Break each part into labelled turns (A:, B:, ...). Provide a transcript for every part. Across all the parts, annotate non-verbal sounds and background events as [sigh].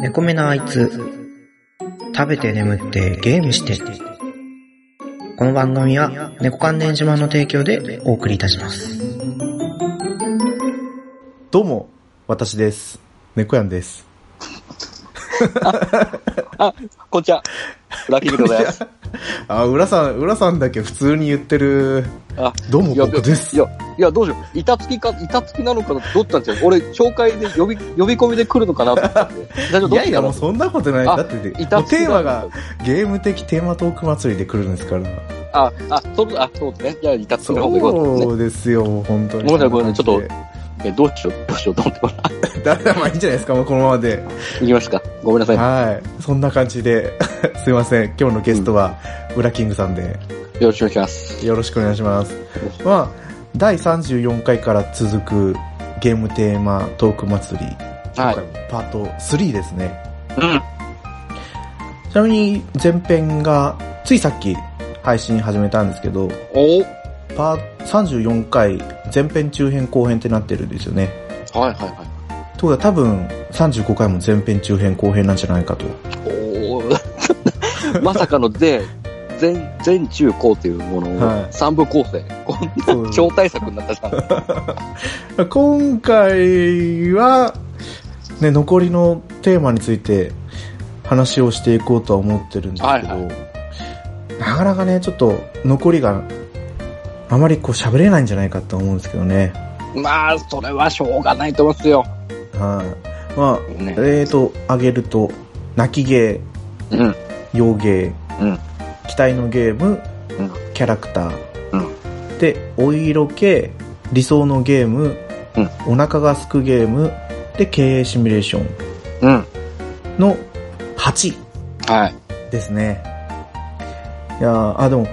A: 猫目なあいつ食べて眠ってゲームしてこの番組は猫関連島の提供でお送りいたします
B: どうも、私です。猫やんです。
C: あ、こんにちは。ラッキーでございます。
B: あ、浦さん、浦さんだけ普通に言ってる。
C: あ、
B: どうも、
C: いや
B: 僕です。
C: いや、いや、どうしよう。板付きか、板付きなのか、どっちなんですよ。俺、紹介で呼び、呼び込みで来るのかなと思ったんで。
B: [laughs]
C: 大丈夫、
B: い
C: どっ
B: やい
C: ち
B: や、
C: か
B: もう
C: な
B: そんなことない。
C: あ
B: だって、もうテ
C: 板付き
B: ー
C: だ
B: マがゲーム的テーマトーク祭りで来るんですから。
C: あ、あ、そう、あ、そうですね。じゃあ、板付きの方がいこうと思ってね
B: そうですよ、本当に。
C: ごめんなさいごめんなさい
B: そな感
C: え。どうしよう、どうしようと思って、これ、あ
B: じで。だからまあいいんじゃないですか、もうこのままで。
C: 行きますか。ごめんなさい。よ
B: はい。そんな感じで、 [laughs] すいません。今日のゲストは、浦キングさんで、
C: ろしくお願いします。
B: よろしくお願いします。まあ、第34回から続くゲームテーマトーク祭り。
C: は
B: 今
C: い
B: 回。もパート3ですね。
C: うん。
B: ちなみに前編がついさっき配信始めたんですけど、
C: お
B: パー34回前編中編後編ってなってるんですよね。
C: はいはいは
B: っ
C: い。
B: てことは多分35回も前編中編後編なんじゃないか
C: [laughs]
B: と。
C: おー [laughs] まさかので、全、全中高というもの
B: はい
C: を、三部構成。こんな超大作になったじゃん。
B: 今回は、ね、残りのテーマについて話をしていこうとは思ってるんですけど、
C: はいは
B: なかなかね、ちょっと残りがあまりこう喋れないんじゃないかと思うんですけどね。
C: まあ、それはしょうがないと思いますよ。
B: はい。まあ、
C: ね。
B: えーと、あげると、泣きゲ
C: うん。
B: ー、洋ゲー、
C: うん
B: 機体のゲーム、
C: うん
B: キャラクター、
C: う
B: で、お色気、理想のゲーム、
C: うん
B: お腹がすくゲーム、で、経営シミュレーション
C: うん。
B: の8
C: はい。
B: ですね。いやーあ、でも、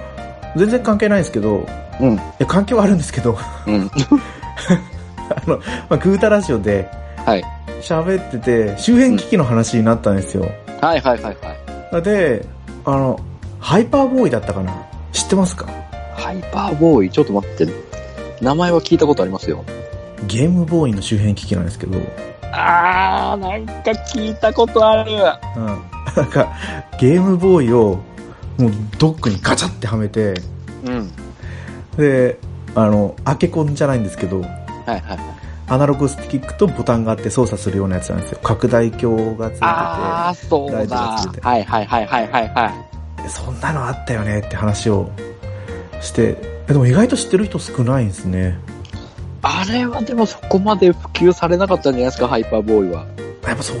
B: 全然関係ないんですけど、
C: うん
B: いや関係はあるんですけど、 [laughs]
C: うん。 [laughs]
B: あの、まあ、グータラジオで
C: はい。
B: 喋ってて、周辺機器の話になったんですよ。
C: はいはいはいはい。
B: で、あの、ハイパーボーイだったかな知ってますか
C: ハイパーボーイ、ちょっと待って。名前は聞いたことありますよ。
B: ゲームボーイの周辺機器なんですけど、うん。
C: あー、なんか聞いたことある。
B: なんか、ゲームボーイを、もうドックにガチャってはめて、
C: うん。
B: で、あの、開け込んじゃないんですけど、
C: はいはい。
B: アナログスティックとボタンがあって操作するようなやつなんですよ。拡大鏡がついてて。
C: あー、そう
B: ライト
C: だ。
B: がついてて
C: はいはいはいはいはいは
B: そんなのあったよねって話をして、えでも意外と知ってる人少ないんですね。
C: い。あれはでもそこまで普及されなかったんじゃないですか、ハイパーボーイは。
B: やっぱそ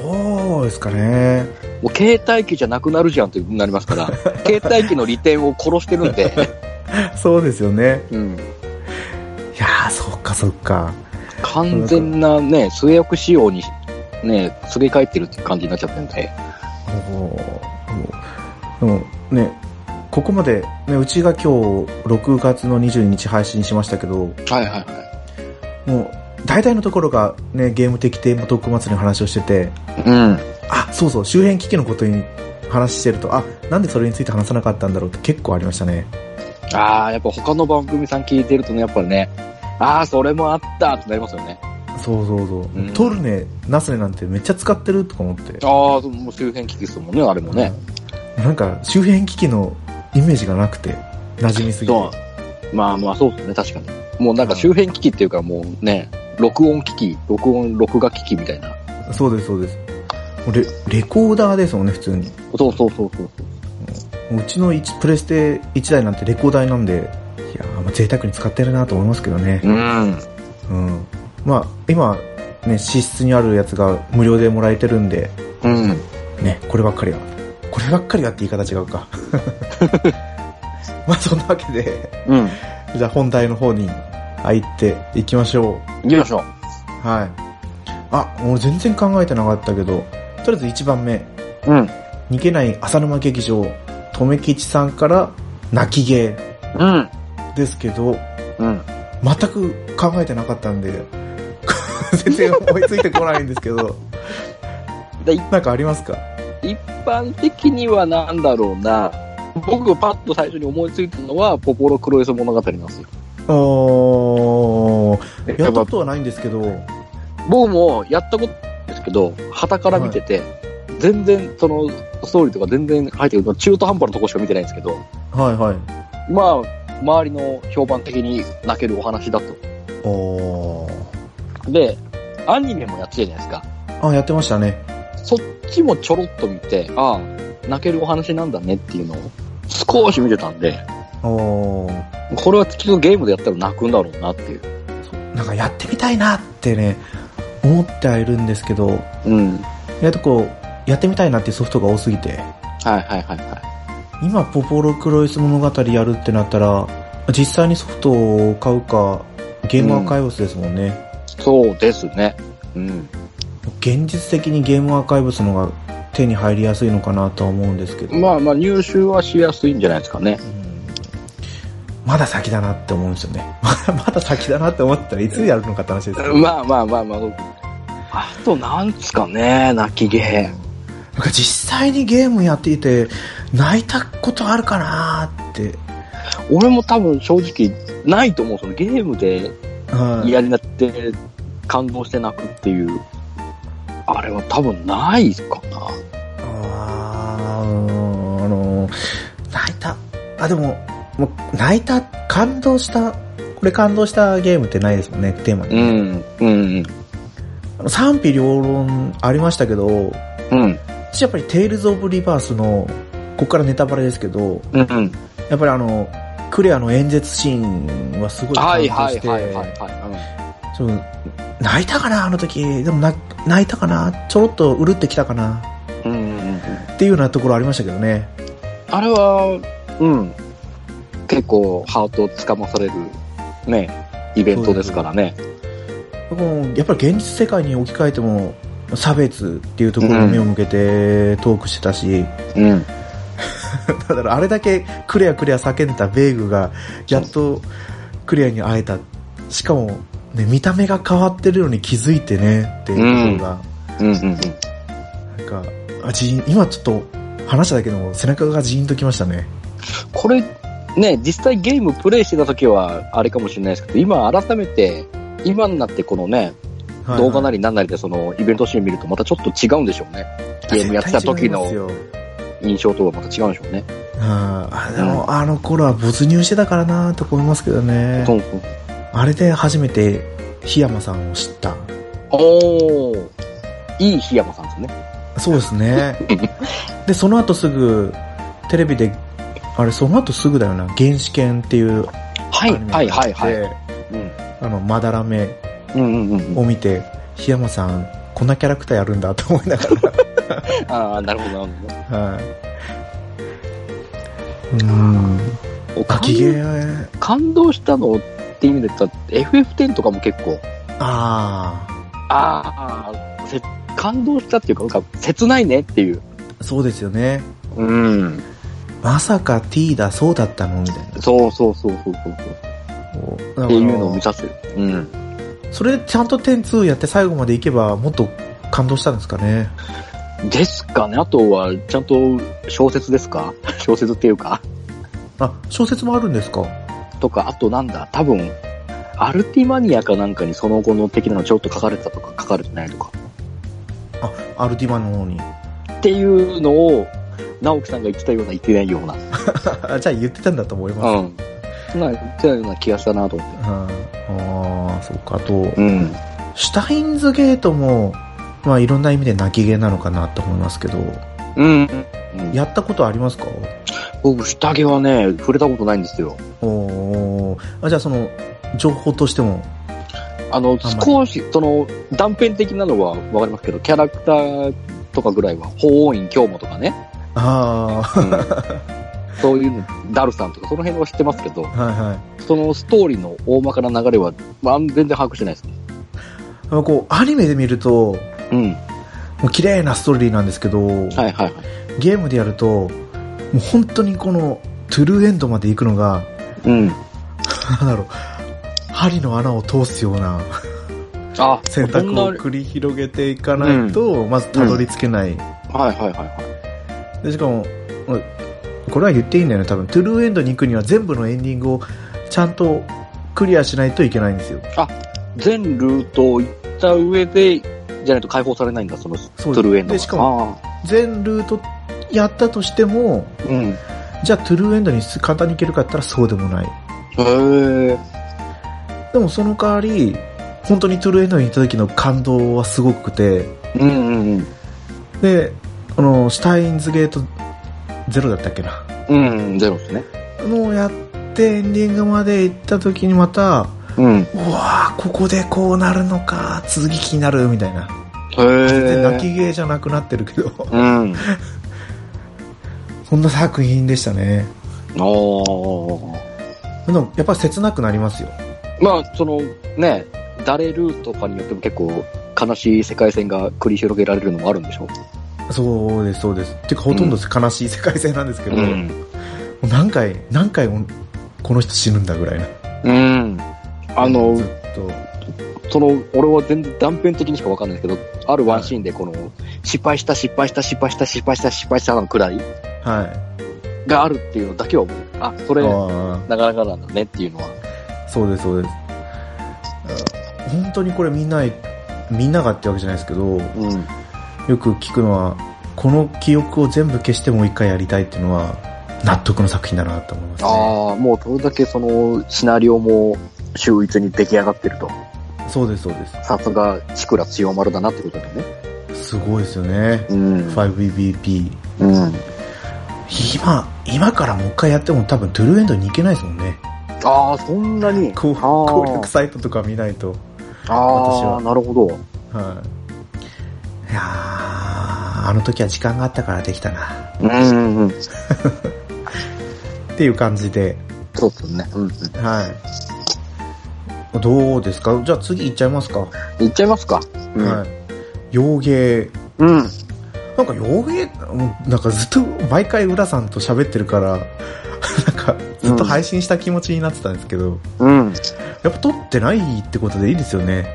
B: うですかね。
C: もう携帯機じゃなくなるじゃんってなります [laughs] から、携帯機の利点を殺してるんで。 [laughs]
B: そうですよね。
C: うん。
B: いやー、そっかそっか。
C: 完全なね、末翼仕様に、ね、すり替えてるって感じになっちゃってるんで。
B: おーでもでもね、ここまで、ね、うちが今日6月の22日配信しましたけど、
C: はいはいは
B: もう大体のところが、ね、ゲーム的テーマトーク祭りの話をしてて、
C: い。うん。
B: あ、そうそう、周辺機器のことに話してると、あ、なんでそれについて話さなかったんだろうって結構ありましたね。
C: ああ、やっぱ他の番組さん聞いてるとね、やっぱりね、ああ、それもあったってなりますよね。
B: そうそうそう。
C: うん
B: トルネ、ナスネなんてめっちゃ使ってるとか思って。
C: ああ、もう周辺機器ですもんね、あれもね。
B: なんか周辺機器のイメージがなくて、馴染みすぎて。
C: そう。まあまあ、そうですね、確かに。もうなんか周辺機器っていうか、もうね、録音機器、録音、録画機器みたいな。
B: そうです、そうです。レレコーダーですもんね、普通に。
C: そうそうそうそう。
B: うちの一プレステ1台なんてレコーダーなんで、いやー、まあ、贅沢に使ってるなと思いますけどね。
C: うん。
B: うん。まあ、今、ね、支出にあるやつが無料でもらえてるんで、
C: うん。
B: ね、こればっかりは。こればっかりはって言い方違うか。 [laughs] まあ、そんなわけで、
C: うん。
B: じゃあ本題の方に入っていきましょ
C: 行きましょう。
B: う。はい。あ、俺全然考えてなかったけど、とりあえず1番目、
C: うん。
B: 逃げない浅沼劇場、とめきちさんから泣き芸
C: うん。
B: ですけど、
C: うん。
B: 全く考えてなかったんで [laughs] 全然追いついてこないんですけど
C: でい
B: なんかありますか
C: 一般的にはなんだろうな。僕がパッと最初に思いついたのは、ポポロクロエソ物語なんですよ。
B: おーやっ
C: やった
B: こ
C: ぱ
B: とはないんですけど
C: 僕もやったことないんですけど、旗から見てて、全然、その、ストーリーとか全然入ってくる、中途半端なとこしか見てないんですけど、
B: はいはい。
C: まあ、周りの評判的に泣けるお話だと。
B: おー。
C: で、アニメもやってたじゃないですか。
B: あ、やってましたね。
C: そっちもちょろっと見て、ああ、泣けるお話なんだねっていうのを少し見てたんで、
B: おー。
C: これはきっとゲームでやったら泣くんだろうなっていう。
B: なんかやってみたいなってね、思ってはいるんですけど、
C: うん。はい
B: やっとこう、やってみたいなっていうソフトが多すぎて、
C: はいはいは
B: 今ポポロクロイス物語やるってなったら、実際にソフトを買うか、ゲームアーカイブスですもんね。
C: い。そうですね。うん。
B: 現実的にゲームアーカイブスのが手に入りやすいのかなとは思うんですけど、
C: まあまあ入手はしやすいんじゃないですかね
B: う。んまだ先だなって思うんですよね [laughs] まだ先だなって思ったらいつやるのかって話ですよ
C: まあまあまあまあ。あとなんつかね、泣きゲ
B: なんか実際にゲームやっていて泣いたことあるかなーって、
C: ー。俺も多分正直ないと思う。そのゲームで
B: はい
C: 嫌になって感動して泣くっていう。あれは多分ないかな。
B: あーあのー泣いたあでももう泣いた感動したこれ感動したゲームってないですもんねテーマ
C: う
B: に、
C: ん。うん。
B: あの賛否両論ありましたけど
C: うん。
B: 私やっぱり「テイルズ・オブ・リバース」のここからネタバレですけど
C: うん。
B: やっぱりあのクレアの演説シーンはすごい感
C: はい
B: 動
C: はい
B: して、
C: はいはい、は。
B: ちょっと泣いたかなあの時でもな泣いたかなちょろっとうるってきたかない
C: うん。うんうんうん
B: っていうようなところありましたけどね
C: あれは、うん。結構、ハートをつかまされる、ね、イベントですからね。
B: 僕もやっぱり現実世界に置き換えても差別っていうところに目を向けてトークしてたし、
C: うん。
B: だからあれだけクレアクレア叫んでたベーグがやっとクレアに会えたしかも、ね、見た目が変わってるのに気づいてねっていうところが、
C: うんうんう
B: な
C: ん。
B: んかあじーん今ちょっと話しただけでも背中がジーンときましたね
C: これ、ね、実際ゲームプレイしてた時は、あれかもしれないですけど、今改めて、今になってこのね、
B: はい
C: 動画なりなんなりでそのイベントシーン見るとまたちょっと違うんでしょうね。ゲームやってた時の
B: 絶対違いますよ
C: 印象とはまた違うんでしょうね。
B: あーあでも、あの頃は没入してたからなと思いますけどね
C: そうそう。
B: あれで初めて檜山さんを知った
C: おー、いい檜山さんですね。
B: そうです
C: [laughs]
B: ねでその後すぐテレビであれその後すぐだよな原始圏っていう
C: はい、はい、はい、はい。うん。
B: あのまだらめ
C: うんうんうんうん。
B: を見て檜山さんこんなキャラクターやるんだと思いなが
C: ああ、なるほど、なるほど。 [laughs]
B: らはいうん
C: お
B: あ
C: 感
B: き
C: 動
B: げあ
C: 感動したのって意味で言ったら FF10 とかも結構、
B: あ
C: ああ、せ感動したっていうか、なんか切ないねっていう。
B: ーそうですよね
C: うん。
B: まさか T だそうだったのみたいな
C: そうそうそうそうそう。
B: こう
C: っていうのを見させる。うん。
B: それでちゃんと点2やって最後までいけばもっと感動したんですかね
C: ですかね。あとは、ちゃんと小説ですか [laughs] 小説っていうか。
B: あ小説もあるんですか
C: とか、あとなんだ、多分、アルティマニアかなんかにその後の的なのちょっと書かれてたとか、書かれてないとか。
B: あアルティマの方
C: [laughs]
B: に
C: っていうのを、直樹さんが言ってたような、言ってないような。
B: あじゃあ言ってたんだと思います、
C: うん。そんな、言ってないような気がしたなと思って。
B: ああーそうかあと
C: うん。
B: シュタインズゲートもまあいろんな意味で泣き芸なのかなと思いますけど
C: うん。
B: やったことありますか
C: 僕、下着はね、触れたことないんですよ。
B: おーあじゃあその情報としても
C: あの、
B: あんまり
C: 少し、その、断片的なのはわかりますけど、キャラクターとかぐらいは、法王院京馬とかね、
B: あ [laughs]
C: うんそういうの、ダルさんとか、その辺は知ってますけど、
B: あはいはい
C: そのストーリーの大まかな流れは、まあ、全然把握してないですね。
B: あこうアニメで見ると
C: うん。は
B: もう綺麗なストーリーなんですけど、
C: いはいはい。
B: ゲームでやると、もう本当にこのトゥルーエンドまで行くのが、
C: うん。
B: なんだろう、針の穴を通すような
C: あ、
B: 選
C: そ
B: 択
C: んな
B: を繰り広げていかないと、まずたどり着けない。
C: はいはいはいはい。
B: でしかも、まあこれは言っていいんだよね、多分。トゥルーエンドに行くには全部のエンディングをちゃんとクリアしないといけないんですよ。
C: 全ルートを行った上で、じゃないと解放されないんだ、その、
B: そう
C: トゥルーエンド
B: でしかも全ルートやったとしても、
C: あーうん。へ
B: じゃあトゥルーエンドに簡単に行けるかって言ったらそうでもない。
C: え。
B: でもその代わり、本当にトゥルーエンドに行った時の感動はすごくて、
C: うんうんうん。
B: で、あの、シュタインズゲートゼロだったっけな。
C: うん、ゼロですね。
B: のをやってエンディングまで行った時にまた、
C: うん。へ
B: うわーここでこうなるのか、続き気になる、みたいな。全然泣
C: え。
B: き芸じゃなくなってるけど、 [laughs]
C: うん。
B: そんな作品でしたね。
C: おー。
B: でもやっぱ切なくなりますよ。
C: まあ、その、ね、誰ルートかによっても結構、悲しい世界線が繰り広げられるのもあるんでしょ
B: そうです、そうです。ていうか、ほとんど悲しい世界線なんですけ
C: う
B: ど、も。う何回、何回もこの人死ぬんだぐらいな。
C: うん。あの
B: ず、っと。
C: その、俺は全然断片的にしかわかんないですけど、あるワンシーンでこの、失敗した、失敗した、失敗した、失敗した、失敗したのくらい
B: はい。
C: があるっていうのだけは思う。あ、それ、な
B: あ
C: かなかなんだねっていうのは。
B: あ、そうです、そうです。あ本当にこれみんな、みんながってわけじゃないですけど、
C: うん。
B: よく聞くのは、この記憶を全部消してもう一回やりたいっていうのは、納得の作品だなと思います、ね。
C: ああ、もうそれだけその、シナリオも秀逸に出来上がってると。
B: そうです、そうで
C: さすが、チクラ強丸だなってことだよね。
B: す。すごいですよね。
C: うん。
B: 5EBP。
C: うん。
B: 今、今からもう一回やっても多分トゥルーエンドに行けないですもんね。
C: ああ、そんなに。
B: こう
C: あ
B: 攻略サイトとか見ないと。
C: ああ
B: 私は
C: ー、なるほど。
B: はい。いやーあの時は時間があったからできたな。
C: うん、うん。
B: っていう感じで。
C: そうですね。うん、うん。
B: はい。どうですかじゃあ次行っちゃいますか。
C: いっちゃいますか。うん。
B: はい。洋芸。
C: うん。
B: なんか洋芸、もうなんかずっと毎回浦さんと喋ってるから、 [laughs] なんかずっと配信した気持ちになってたんですけど、
C: うん。
B: やっぱ撮ってないってことでいいですよね。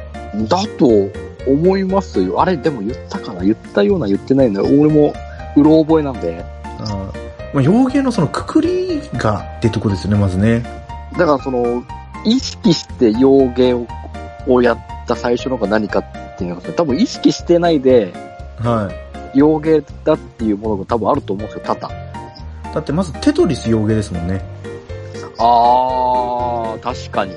C: だと思いますよ。あれ、でも言ったかな言ったような言ってないんだよ。俺も、うろ覚えなんで。
B: あーまあ、洋芸のそのくくりがってとこですよね、まずね。
C: だからその、意識して洋芸ををやった最初のが何かっていうのが、多分意識してないで、
B: はい。
C: 洋芸だっていうものが多分あると思うんですよ、多々。
B: だってまずテトリス洋芸ですもんね。
C: あー、確かに。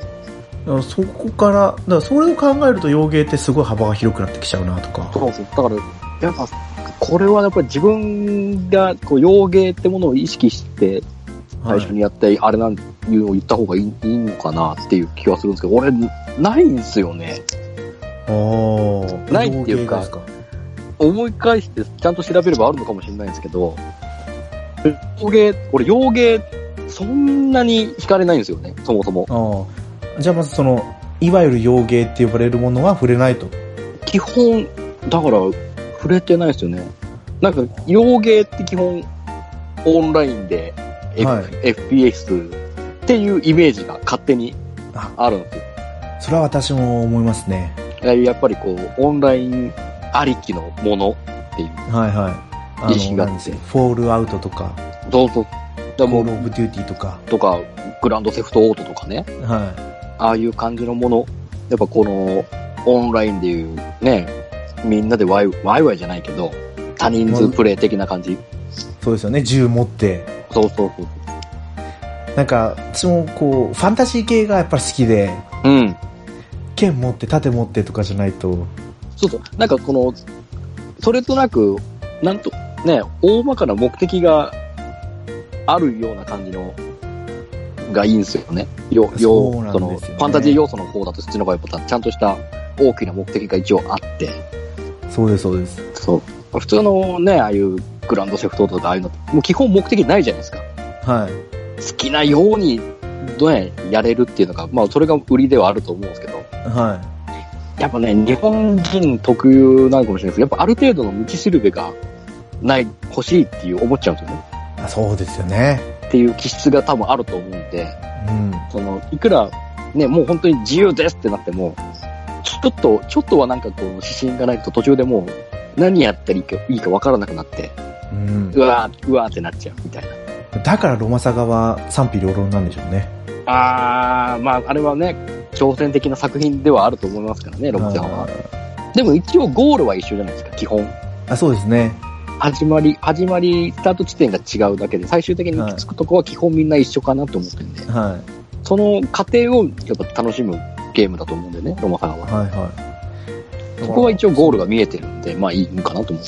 B: だからそこから、だからそれを考えると洋芸ってすごい幅が広くなってきちゃうなとか。
C: そうそう。だから、やっぱ、これはやっぱり自分が、こう、洋芸ってものを意識して、
B: は
C: 最
B: い
C: 初にやって、あれなんいうのを言った方がいいいいのかなっていう気はするんですけど、俺、ないんですよね。
B: おー
C: ないっていうか
B: 洋芸ですか
C: 思い返して、ちゃんと調べればあるのかもしれないんですけど、洋芸、俺、洋芸、そんなに惹かれないんですよね、そもそも。
B: ああ。じゃあまずその、いわゆる洋芸って呼ばれるものは触れないと。
C: 基本、だから、触れてないですよね。なんか、洋芸って基本、オンラインで、F
B: はい
C: FPS っていうイメージが勝手に
B: あ
C: あるんですよ
B: それは私も思いますね。
C: ああいう。やっぱりこう、オンラインありきのものっていう。
B: はいはい。あ
C: 意識
B: の、
C: が
B: 何ですフォールアウトとか、
C: どうぞ。だ
B: コ
C: も
B: ール
C: う
B: オブデューティーとか。
C: とか、グランドセフトオートとかね。
B: は
C: ああいう感じのもの。やっぱこの、オンラインでいう、ね、みんなでワイワイワイじゃないけど、他人数プレイ的な感じ。
B: い。そうですよね、銃持って。
C: そうそうそう。
B: なんか、私もこう、ファンタジー系がやっぱり好きで、
C: うん。
B: 剣持って、盾持ってとかじゃないと。
C: そうそう。なんかこの、それとなく、なんと、ね、大まかな目的があるような感じの、がいいんですよね。よ、よ
B: そうなんですよね
C: その、ファンタジー要素の方だとそっちの方がやっぱちゃんとした大きな目的が一応あって、
B: そうです、そうです。
C: そう。普通のね、ああいうグランドセフトとかああいうのって、もう基本目的ないじゃないですか。
B: はい。
C: 好きなように、ね、やれるっていうのが、まあそれが売りではあると思うんですけど、
B: はい。
C: やっぱね、日本人特有なのかもしれないですけど、やっぱある程度の道しるべがない、欲しいっていう思っちゃうんですよね。
B: あそうですよね。
C: っていう気質が多分あると思うんで、
B: うん。
C: その、いくら、ね、もう本当に自由ですってなっても、ちょっと、ちょっとはなんかこう、指針がないと途中でもう、何やったらいいか、いいか分からなくなって、
B: うん
C: う、わー、うわーってなっちゃうみたいな。
B: だからロマサガは賛否両論なんでしょうね。
C: あー、まあ、あれはね、挑戦的な作品ではあると思いますからね、ロックさんは。
B: あー
C: でも一応ゴールは一緒じゃないですか、基本。
B: あ、そうですね。
C: 始まり、始まり、スタート地点が違うだけで、最終的に行き着くとこは基本みんな一緒かなと思ってるんで、
B: は
C: その過程をやっぱ楽しむゲームだと思うんでね、ロマさん
B: い。
C: は。
B: はいはい。
C: そこは一応ゴールが見えてるんで、まあいいんかなと思う。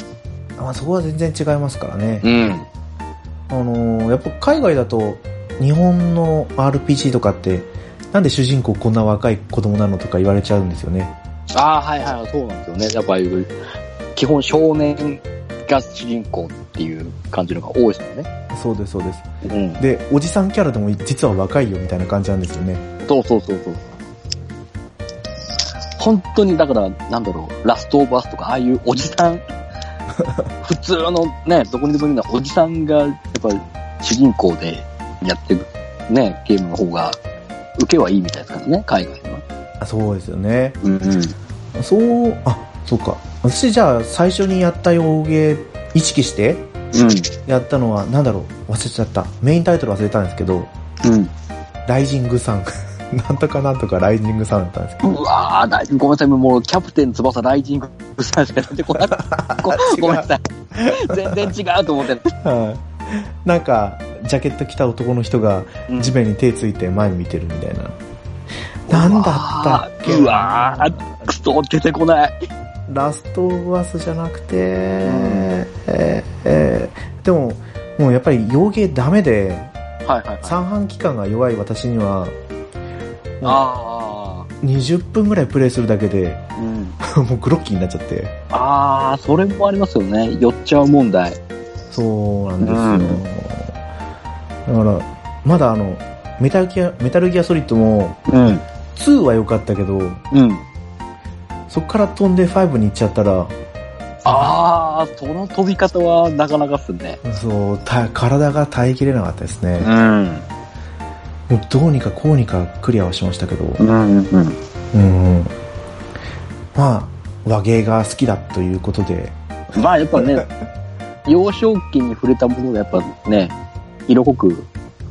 B: まあ、そこは全然違いますからね。
C: うん。
B: あのーやっぱ海外だと、日本の RPG とかって、なんで主人公こんな若い子供なのとか言われちゃうんですよね。
C: ああ、はいはい、そうなんですよね。やっぱり、基本少年が主人公っていう感じのが多いですよね。
B: そうです、そうです。
C: うん。
B: で、おじさんキャラでも実は若いよみたいな感じなんですよね。
C: そうそうそうそう。本当に、だから、なんだろう、ラストオーバースとか、ああいうおじ [laughs] さん、普通のね、どこにでもいるようなおじさんが、やっぱり主人公でやってる、ね、ゲームの方が、受けはいいみたいですからね、海外では。
B: あそうですよね。
C: うんうん。
B: そう、あ、そうか。私じゃあ最初にやった洋芸、意識してやったのは、なんだろう、忘れちゃった。メインタイトル忘れたんですけど、
C: うん。
B: ライジングサン。 [laughs] なんとかなんとかライジングサンだったんですけ
C: うん。うわぁ、だいごめんなさい、もう、キャプテン翼ライジングさんしか出てこなか [laughs] った。ごごめんなさい。全然違うと思ってた。
B: ど、はいなんか、ジャケット着た男の人が
C: うん
B: 地面に手ついて前見てるみたいな。なんだったっけ
C: うわぁ、くそ、出てこない。
B: ラストオブアスじゃなくて、えーえーでも、もうやっぱり洋芸ダメで、
C: はいはいはい。
B: 三半期間が弱い私には、
C: あ
B: 20分ぐらいプレイするだけで、 [laughs]
C: あ、うん。
B: もうグロッキーになっちゃって。
C: ああ、それもありますよね。寄っちゃう問題。
B: そうなんですよ。
C: うん
B: だから、まだあの、メタルギア、メタルギアソリッドも、
C: うん。
B: 2は良かったけど、
C: うん。
B: そこから飛んで5に行っちゃったら、
C: ああ、その飛び方はなかなかっすね。
B: そう、た体が耐えきれなかったですね。
C: ん。
B: もうどうにかこうにかクリアはしましたけど、
C: んうん。
B: うん。まあ、和芸が好きだということで、
C: まあやっぱ [laughs] ね、幼少期に触れたものがやっぱね、色濃く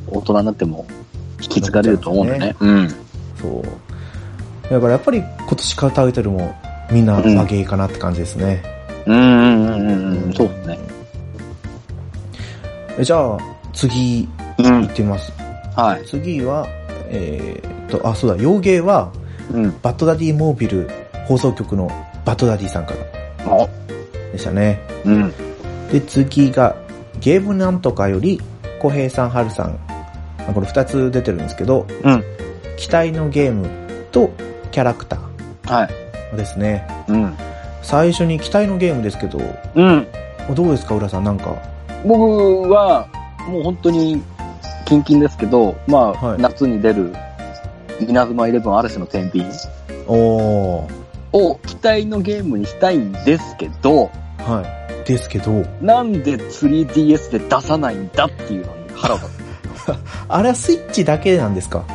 C: 大人になっても引き継がれると思うんだね。うん。
B: そう。だからやっぱり今年買うタイトルもみんな和芸かなって感じですね。
C: うんうんうんうん。そうですね。
B: えじゃあ、次
C: う
B: 行
C: ん
B: っ。てみます。
C: はい。
B: 次は、えーっと、あ、そうだ、洋芸は、
C: うん。
B: バッドダディモービル放送局のバッドダディさんから
C: お
B: でしたね。
C: うん。
B: で、次が、ゲームなんとかより、小平さん、春さん。あこれ二つ出てるんですけど、
C: うん
B: 期待のゲームとキャラクター
C: はい。
B: ですね。
C: うん。
B: 最初に期待のゲームですけど、
C: うん。
B: どうですか、浦さん、なんか。
C: 僕は、もう本当に、キンキンですけど、まあ、
B: はい
C: 夏に出る、稲妻イレブン嵐の天秤
B: おー。
C: を期待のゲームにしたいんですけど、
B: はい。ですけど、
C: なんで 3DS で出さないんだっていうのに腹を立つ。
B: あれはスイッチだけなんですか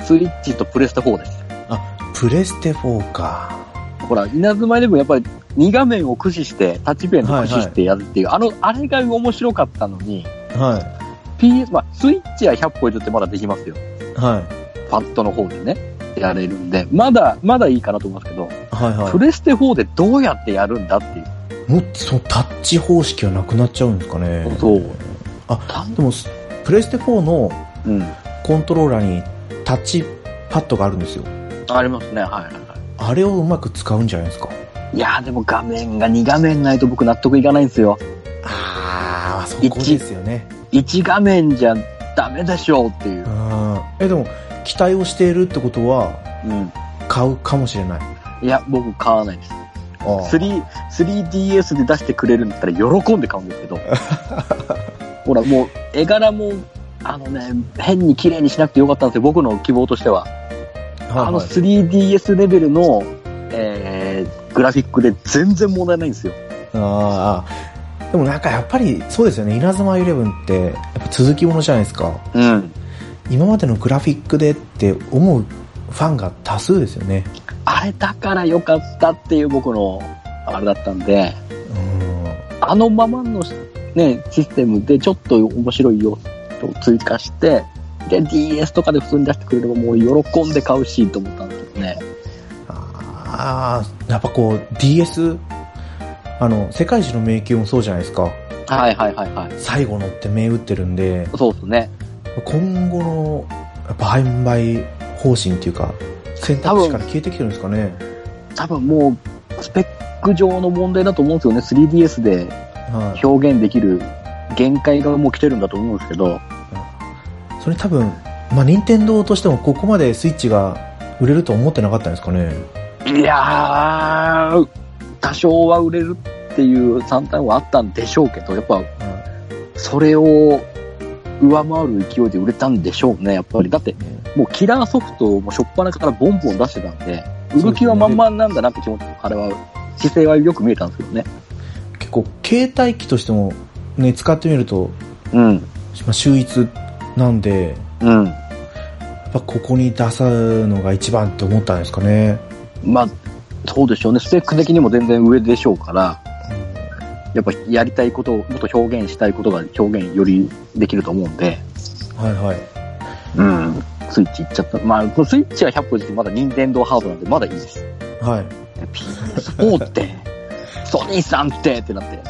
C: スイッチとプレステ4です。
B: プレステ4か。
C: ほら、稲妻イレブンやっぱり2画面を駆使して、タッチペンを駆使してやるっていう、あの、あれが面白かったのに、
B: は
C: PS、まあ、スイッチは100歩譲ってまだできますよ。
B: い。はい。
C: パッドの方でね、やれるんで、まだ、まだいいかなと思いますけど、
B: はいは
C: プレステ4でどうやってやるんだっていう。
B: い。もう、そのタッチ方式はなくなっちゃうんですかね。
C: そう。
B: あ、でも、プレステ4の
C: うん。
B: コントローラーにタッチパッドがあるんですよ。
C: ありますね、はいはいは
B: あれをうまく使うんじゃないですか。
C: い。いやーでも画面が2画面ないと僕納得いかないんですよ。
B: ああ、そ
C: こです
B: よね。
C: 1画面じゃダメでしょうっていう
B: う。ん。え、でも、期待をしているってことは、
C: うん。
B: 買うかもしれない。
C: いや、僕買わないです。
B: あー
C: 3- 3DS で出してくれるんだったら喜んで買うんです [laughs] けど。ほら、もう絵柄も、あのね、変に綺麗にしなくてよかったんですよ、僕の希望としては。
B: はい
C: あの
B: はい
C: 3DS レベルの、えー、グラフィックで全然問題ないんですよ。
B: ああ。でもなんかやっぱりそうですよね。稲妻イレブンってやっぱ続きものじゃないですか。
C: うん。
B: 今までのグラフィックでって思うファンが多数ですよね。
C: あれだから良かったっていう僕のあれだったんで、
B: うん。
C: あのままのね、システムでちょっと面白い要素を追加して、で、DS とかで普通に出してくれればもう喜んで買うしと思ったんですけどね。
B: ああーやっぱこう DS あの世界一の迷宮もそうじゃないですか
C: はいはいはいはい。
B: 最後のって銘打ってるんで
C: そうですね。
B: 今後のやっぱ販売方針っていうか選択肢から消えてきてるんですかね
C: 多分もう、スペック上の問題だと思うんですよね。3DS で
B: はい
C: 表現できる限界がもう来てるんだと思うんですけど。
B: それ多分まあ任天堂としてもここまでスイッチが売れると思ってなかったんですかね
C: いやー、多少は売れるっていう算段はあったんでしょうけど、やっぱ
B: は
C: それを上回る勢いで売れたんでしょうね、やっぱり。だって
B: いね
C: もうキラーソフトをもう初っ端からボンボン出してたんで、売る気は満々なんだなって気持ち、あれは、姿勢はよく見えたんですけどね。
B: 結構携帯機としてもね使ってみると、
C: うん、
B: まあ、秀逸なんで
C: うん。
B: やっぱここに出さのが一番って思ったんですかね
C: まあ、そうでしょうね。スペック的にも全然上でしょうから、やっぱやりたいことを、もっと表現したいことが表現よりできると思うんで、
B: はいはい
C: うん。スイッチいっちゃった。まあ、このスイッチは100歩でまだ任天堂ハードなんでまだいいです。
B: はい。
C: PS4 って、ソニーさんってってなって、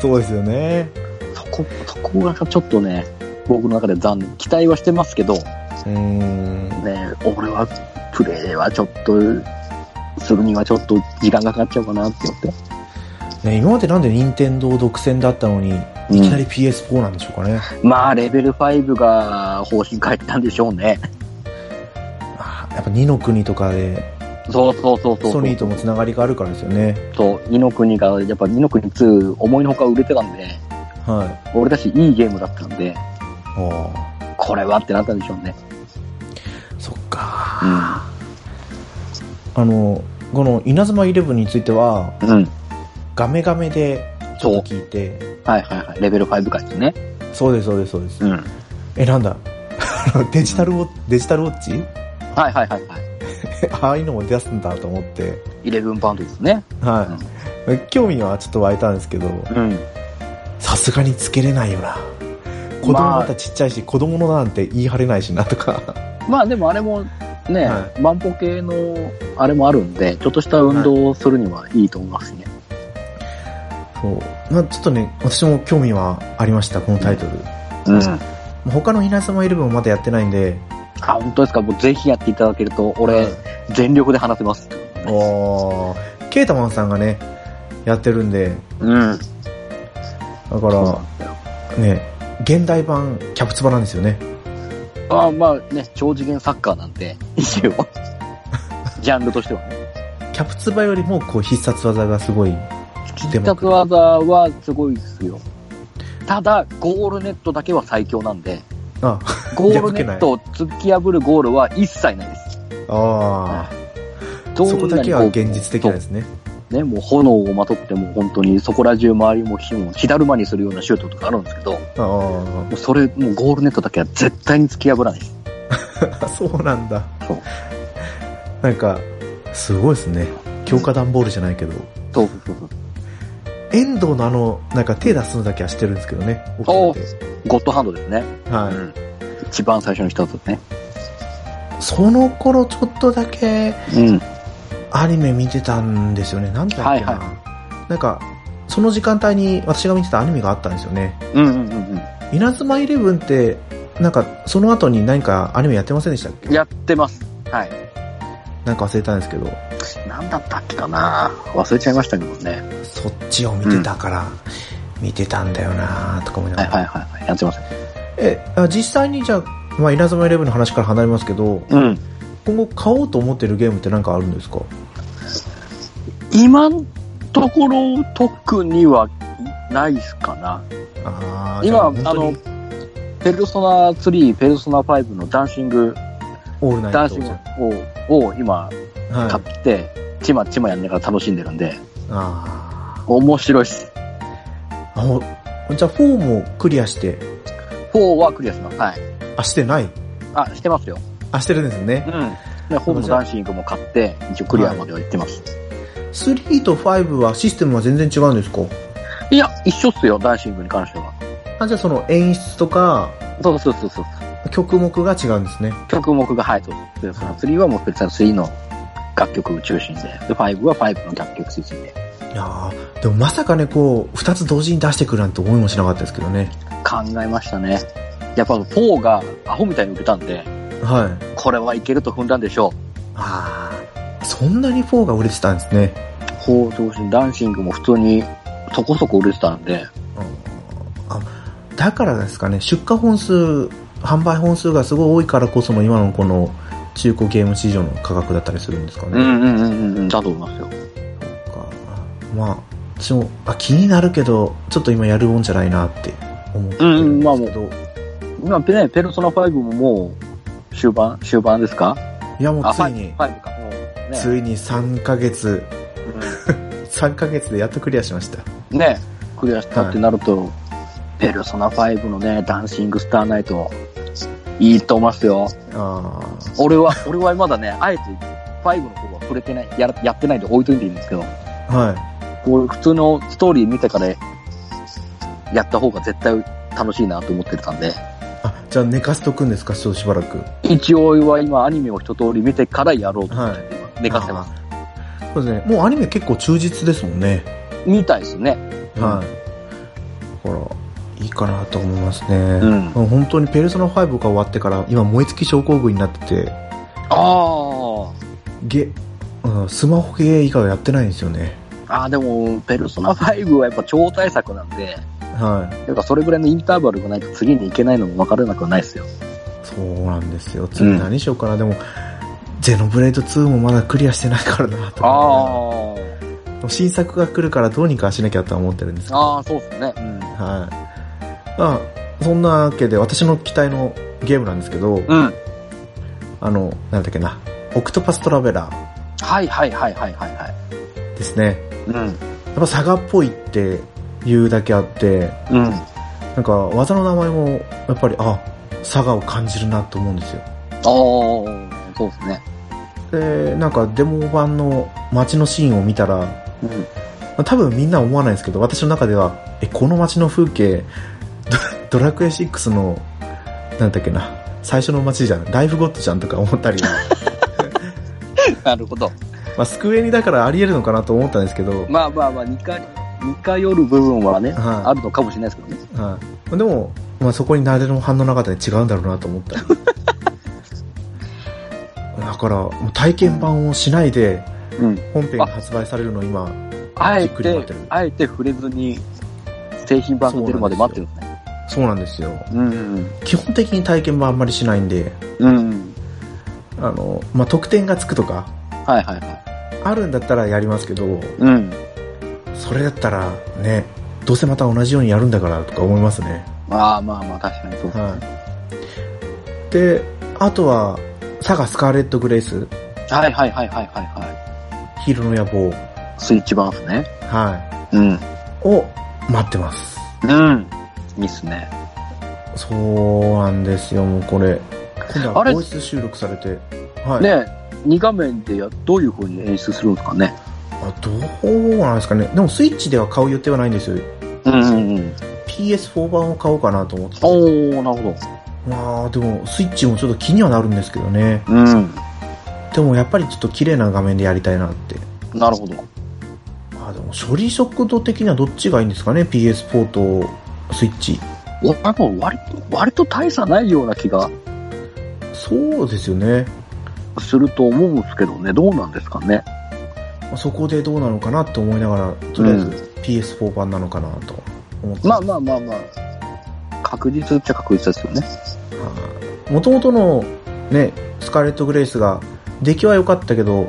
B: そうですよね。
C: そこ、そこがちょっとね、僕の中で残念。期待はしてますけど、
B: うん。
C: ね、俺はプレイはちょっと、するにはちょっと時間がかかっちゃうかなって思って。
B: ね、今までなんで任天堂独占だったのに、いきなり PS4 なんでしょうかね。
C: まあ、レベル5が方針変えたんでしょうね。
B: あやっぱ二の国とかで、
C: そうそうそうそう。
B: ソニーともつながりがあるからですよね。
C: そう、二の国が、やっぱ二の国2、思いのほか売れてたんで、
B: はい。
C: 俺たちいいゲームだったんで、
B: ああ、
C: これはってなったんでしょうね。
B: そっか。
C: う
B: あの、この稲妻イレブンについては、
C: ん。うん。
B: ガメガメで、ちょっと聞いて、
C: はいはいはい。レベル5回ですね。
B: そうです、そうです、そうです。
C: うん。はい
B: え、なんだ [laughs] あのデジタルウォッ、デジタルウォッチ
C: はいはいはい。
B: ああいうのも出すんだと思って、
C: 11バンドですね。
B: はい。興味はちょっと湧いたんですけど、
C: うん。
B: さすがにつけれないよな子供またちっちゃいし、子供のなんて言い張れないしなとか
C: まあでもあれもね、
B: は
C: 万歩系のあれもあるんで、ちょっとした運動をするにはいいと思いますね。
B: そう、まあ、ちょっとね私も興味はありましたこのタイトル、
C: うん。
B: 他の「ひなさまイレブン」もまだやってないんで
C: あ、本当ですかもうぜひやっていただけると、俺、全力で話せます。
B: おーケータマンさんがねやってるんで
C: うん。
B: だからね現代版キャプツバなんですよね
C: あまあね、超次元サッカーなんて、一応、 [laughs] ジャンルとしてはね。
B: キャプツバよりもこう必殺技がすごい
C: 必殺技はすごいですよ。ただ、ゴールネットだけは最強なんで、
B: あ
C: ゴールネットを突き破るゴールは一切ないです。
B: あ
C: ど
B: ー
C: んな
B: そ
C: に
B: こだけは現実的なんですね
C: ね、もう炎をまとってもう本当にそこら中周りも火も火だるまにするようなシュートとかあるんですけど、も
B: あー [laughs]
C: うそれ、もうゴールネットだけは絶対に突き破らないです。
B: あそうなんだ
C: そう。
B: なんか、すごいですね。強化段ボールじゃないけど。
C: そうそうそうそう。
B: 遠藤のあの、なんか手出すのだけは知ってるんですけどね。
C: お
B: 僕だって
C: ゴッドハンドですね。
B: は
C: ん。一番最初の一つね。
B: い。その頃ちょっとだけ
C: うん。
B: アニメ見てたんですよね。なんだっけな。
C: はいは
B: なんか、その時間帯に私が見てたアニメがあったんですよね。
C: うんうんうん
B: 稲妻イレブンって、なんか、その後に何かアニメやってませんでしたっ
C: うん。
B: け
C: やってます。はい。
B: なんか忘れたんですけど、
C: 何だったっけかな忘れちゃいましたけどね。
B: そっちを見てたから、見てたんだよなとか思いなが
C: はい
B: ら。
C: はいはいはい。やってます。
B: え、あ実際にじゃあ、まあ、稲妻イレブンの話から離れますけど、
C: うん。
B: 今後買おうと思ってるゲームって何かあるんですか
C: 今のところ特にはないっすかな。
B: あーじゃ
C: 今、あ
B: 本当
C: の
B: に、
C: ペルソナ3、ペルソナ5のダンシング、
B: オールナイ
C: ダン
B: ト
C: シ
B: じ
C: ング
B: ゃ
C: をを今
B: んはい
C: 買って、ちまちまやりながら楽しんでるんで、
B: あ
C: 面白いっす。
B: ーあほじゃあ4もクリアして
C: 4はクリアします。はい。
B: あしてない
C: あ、してますよ。
B: あしてるんです
C: う
B: ね
C: ん。で、ホームのダンシングも買って、一応クリアまでは行ってます。
B: 3と5はシステムは全然違うんですか
C: い、や、一緒っすよ、ダンシングに関しては。
B: あじゃあその演出とか
C: そうそうそうそう。
B: 曲目が違うんですね
C: 曲目が、はい、そうです。その3はもう別に3の楽曲中心で、で、5は5の楽曲中心で、
B: いやーでもまさかね、こう、二つ同時に出してくるなんて思いもしなかったですけどね。
C: 考えましたね。やっぱ4がアホみたいに売れたんで、
B: はい。
C: これはいけると踏んだんでしょう。
B: あーそんなに4が売れてたんですね。
C: 4中心、ダンシングも普通にそこそこ売れてたんで、
B: あだからですかね、出荷本数、販売本数がすごい多いからこその今のこの中古ゲーム市場の価格だったりするんですかね。
C: うんうんうんうんうん、だと思いますよ。
B: そっかまあ、私もあ気になるけど、ちょっと今やるもんじゃないなって思ってるんですけど、
C: 今ね、ペルソナ5ももう終盤、終盤ですか
B: いやもう
C: あ、
B: ついに
C: 5、5か。もうね
B: ついに3ヶ月、3ヶ月でやっとクリアしました。
C: うんね、クリアしたってなると、ペルソナ5のね、ダンシングスターナイト、いいと思いますよ。
B: ああ。
C: 俺は、俺はまだね、あえて5の方は触れてない、やらやってないんで置いといていいんですけど、
B: は
C: こう普通のストーリー見てから、やった方が絶対楽しいなと思ってたんで、
B: い。あ、じゃあ寝かせとくんですか、ちょっとしばらく。
C: 一応俺は今アニメを一通り見てからやろうと思って、寝かせます。
B: あー。そうですね。もうアニメ結構忠実ですもんね。
C: 見たいですね。
B: はい。ほら、いいかなと思いますね。
C: うん。
B: もう本当にペルソナ5が終わってから、今燃え尽き症候群になってて、
C: あ
B: ゲ、うん、スマホゲー以外はやってないんですよね。
C: あ。ああ、でも、ペルソナ5はやっぱ超大作なんで、
B: はい。
C: やっぱそれぐらいのインターバルがないと次に行けないのも分からなくはないですよ。
B: そうなんですよ。次何しようかな。でも、ゼノブレイド2もまだクリアしてないからなと思っ
C: あ
B: て。もう新作が来るからどうにかしなきゃとは思ってるんですけど。
C: ああ、そうです
B: は
C: ね。
B: い。まあ、そんなわけで私の期待のゲームなんですけど、
C: うん。うん。
B: あの、なんだっけな、オクトパストラベラー
C: はいはいはいはいはいはい。
B: ですね。
C: うん。
B: やっぱ佐賀っぽいっていうだけあって、
C: うん。
B: なんか技の名前もやっぱり、あ、佐賀を感じるなと思うんですよ。
C: おー、そうですね。
B: で、なんかデモ版の街のシーンを見たら、
C: うん。
B: 多分みんな思わないんですけど、私の中では、え、この街の風景、ドドラクエ6の、なんだっけな、最初の街じゃん、ライフゴッドじゃんとか思った
C: [laughs]
B: り、
C: [laughs] なるほど。
B: まあ、スクエニだからあり得るのかなと思ったんですけど、
C: まあまあまあ、似か、似通る部分はね、
B: はい
C: あるのかもしれないですけどね。
B: はい、でも、まあ、そこに誰の反応なかったら違うんだろうなと思
C: [laughs]
B: ったりだからもう体験版をしないで
C: うん。
B: 本編が発売されるのを今
C: あえ
B: じっくり待っててる、
C: あえて触れずに、製品版が出るまで待ってるんですね。
B: そうなんですよ
C: うんうん
B: 基本的に体験版あんまりしないんで
C: うん。うんうん。
B: あの、まあ、得点がつくとか
C: はいはいはい。
B: あるんだったらやりますけど
C: うん。
B: それだったらねどうせまた同じようにやるんだからとか思いますね
C: まあまあまあ、確かにそうですね。
B: はいであとは佐賀スカーレット・グレイス
C: はいはいはいはいはいは
B: ヒーローの野望
C: い。スイッチ版ですね。
B: はい
C: うん。
B: を待ってます。
C: うん。いいっすね。
B: そうなんですよ、もうこれ。今度
C: あ
B: は
C: れ
B: ボイス収録されて。はい。
C: ね2画面でやどういう風に演出するんですかね。
B: あどうなんですかね。でもスイッチでは買う予定はないんですよ。
C: うんうんうん。
B: PS4 版を買おうかなと思って。
C: おー、なるほど。
B: まあでもスイッチもちょっと気にはなるんですけどね。
C: うん。
B: でもやっぱりちょっと綺麗な画面でやりたいなって。
C: なるほど。
B: あでも処理速度的にはどっちがいいんですかね ?PS4 とスイッチ。
C: おあの割と、割と大差ないような気が
B: そうですよね。
C: すると思うんですけどね、どうなんですかね。
B: そこでどうなのかなって思いながら、とりあえず PS4 版なのかなと思って。
C: まあまあまあまあ、確実っちゃ確実ですよね。
B: もともとのね、スカーレット・グレイスが、出来は良かったけど、